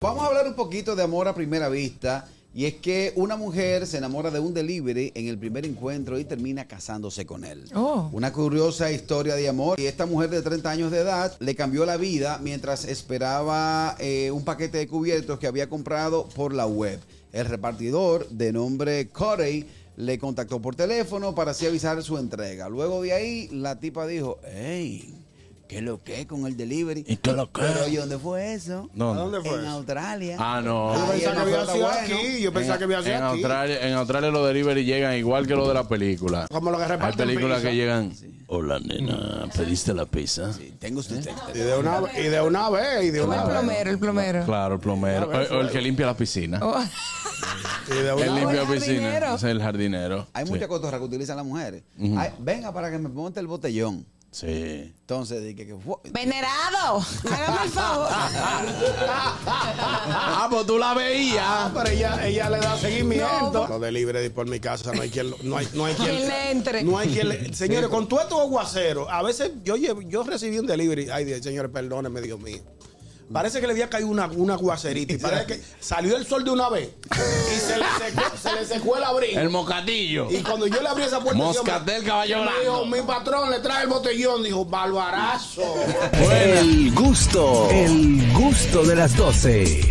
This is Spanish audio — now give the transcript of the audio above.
Vamos a hablar un poquito de amor a primera vista. Y es que una mujer se enamora de un delivery en el primer encuentro y termina casándose con él. Oh. Una curiosa historia de amor. Y esta mujer de 30 años de edad le cambió la vida mientras esperaba eh, un paquete de cubiertos que había comprado por la web. El repartidor de nombre Corey le contactó por teléfono para así avisar su entrega. Luego de ahí, la tipa dijo, hey, ¿qué lo que con el delivery? ¿Y qué lo que? Pero ¿y dónde fue eso? No. ¿A dónde fue? En eso? Australia. Ah, no. Yo Ahí pensaba en que había Australia, sido bueno. aquí. Yo pensaba que había sido En aquí. Australia, en Australia los delivery llegan igual que los de la película. Como lo que Hay reparten películas pizza. que llegan. Hola, nena, ¿pediste la pizza? Sí, tengo usted texto. Y de una, y de una vez, y de Como el una vez. plomero, el plomero. Claro, el plomero. O, o el que limpia la piscina. Oh, Y de El una vez. limpia el piscina. jardinero. Es el jardinero. Hay sí. muchas cotorras que utilizan las mujeres. Ay, venga para que me ponte el botellón. Sí. Entonces, dije que fue. ¡Venerado! Hágame el favor. Ah, pues tú la veías. Ah, pero ella, ella le da seguimiento. No. pues, Lo de libre de por mi casa, no hay quien, lo- no hay, no hay quien, Quien le entre. No hay quien le- señores, con todo estos aguacero, a veces yo llevo- yo recibí un delivery, ay Dios, señores, perdónenme, Dios mío. Parece que le había caído una, una aguacerita y parece que salió el sol de una vez y se le secó, se le secó el abrigo. El mocadillo. Y cuando yo le abrí esa puerta, Moscatel, caballo yo me blanco. dijo, mi patrón le trae el botellón. Dijo, balbarazo. El gusto, el gusto de las 12.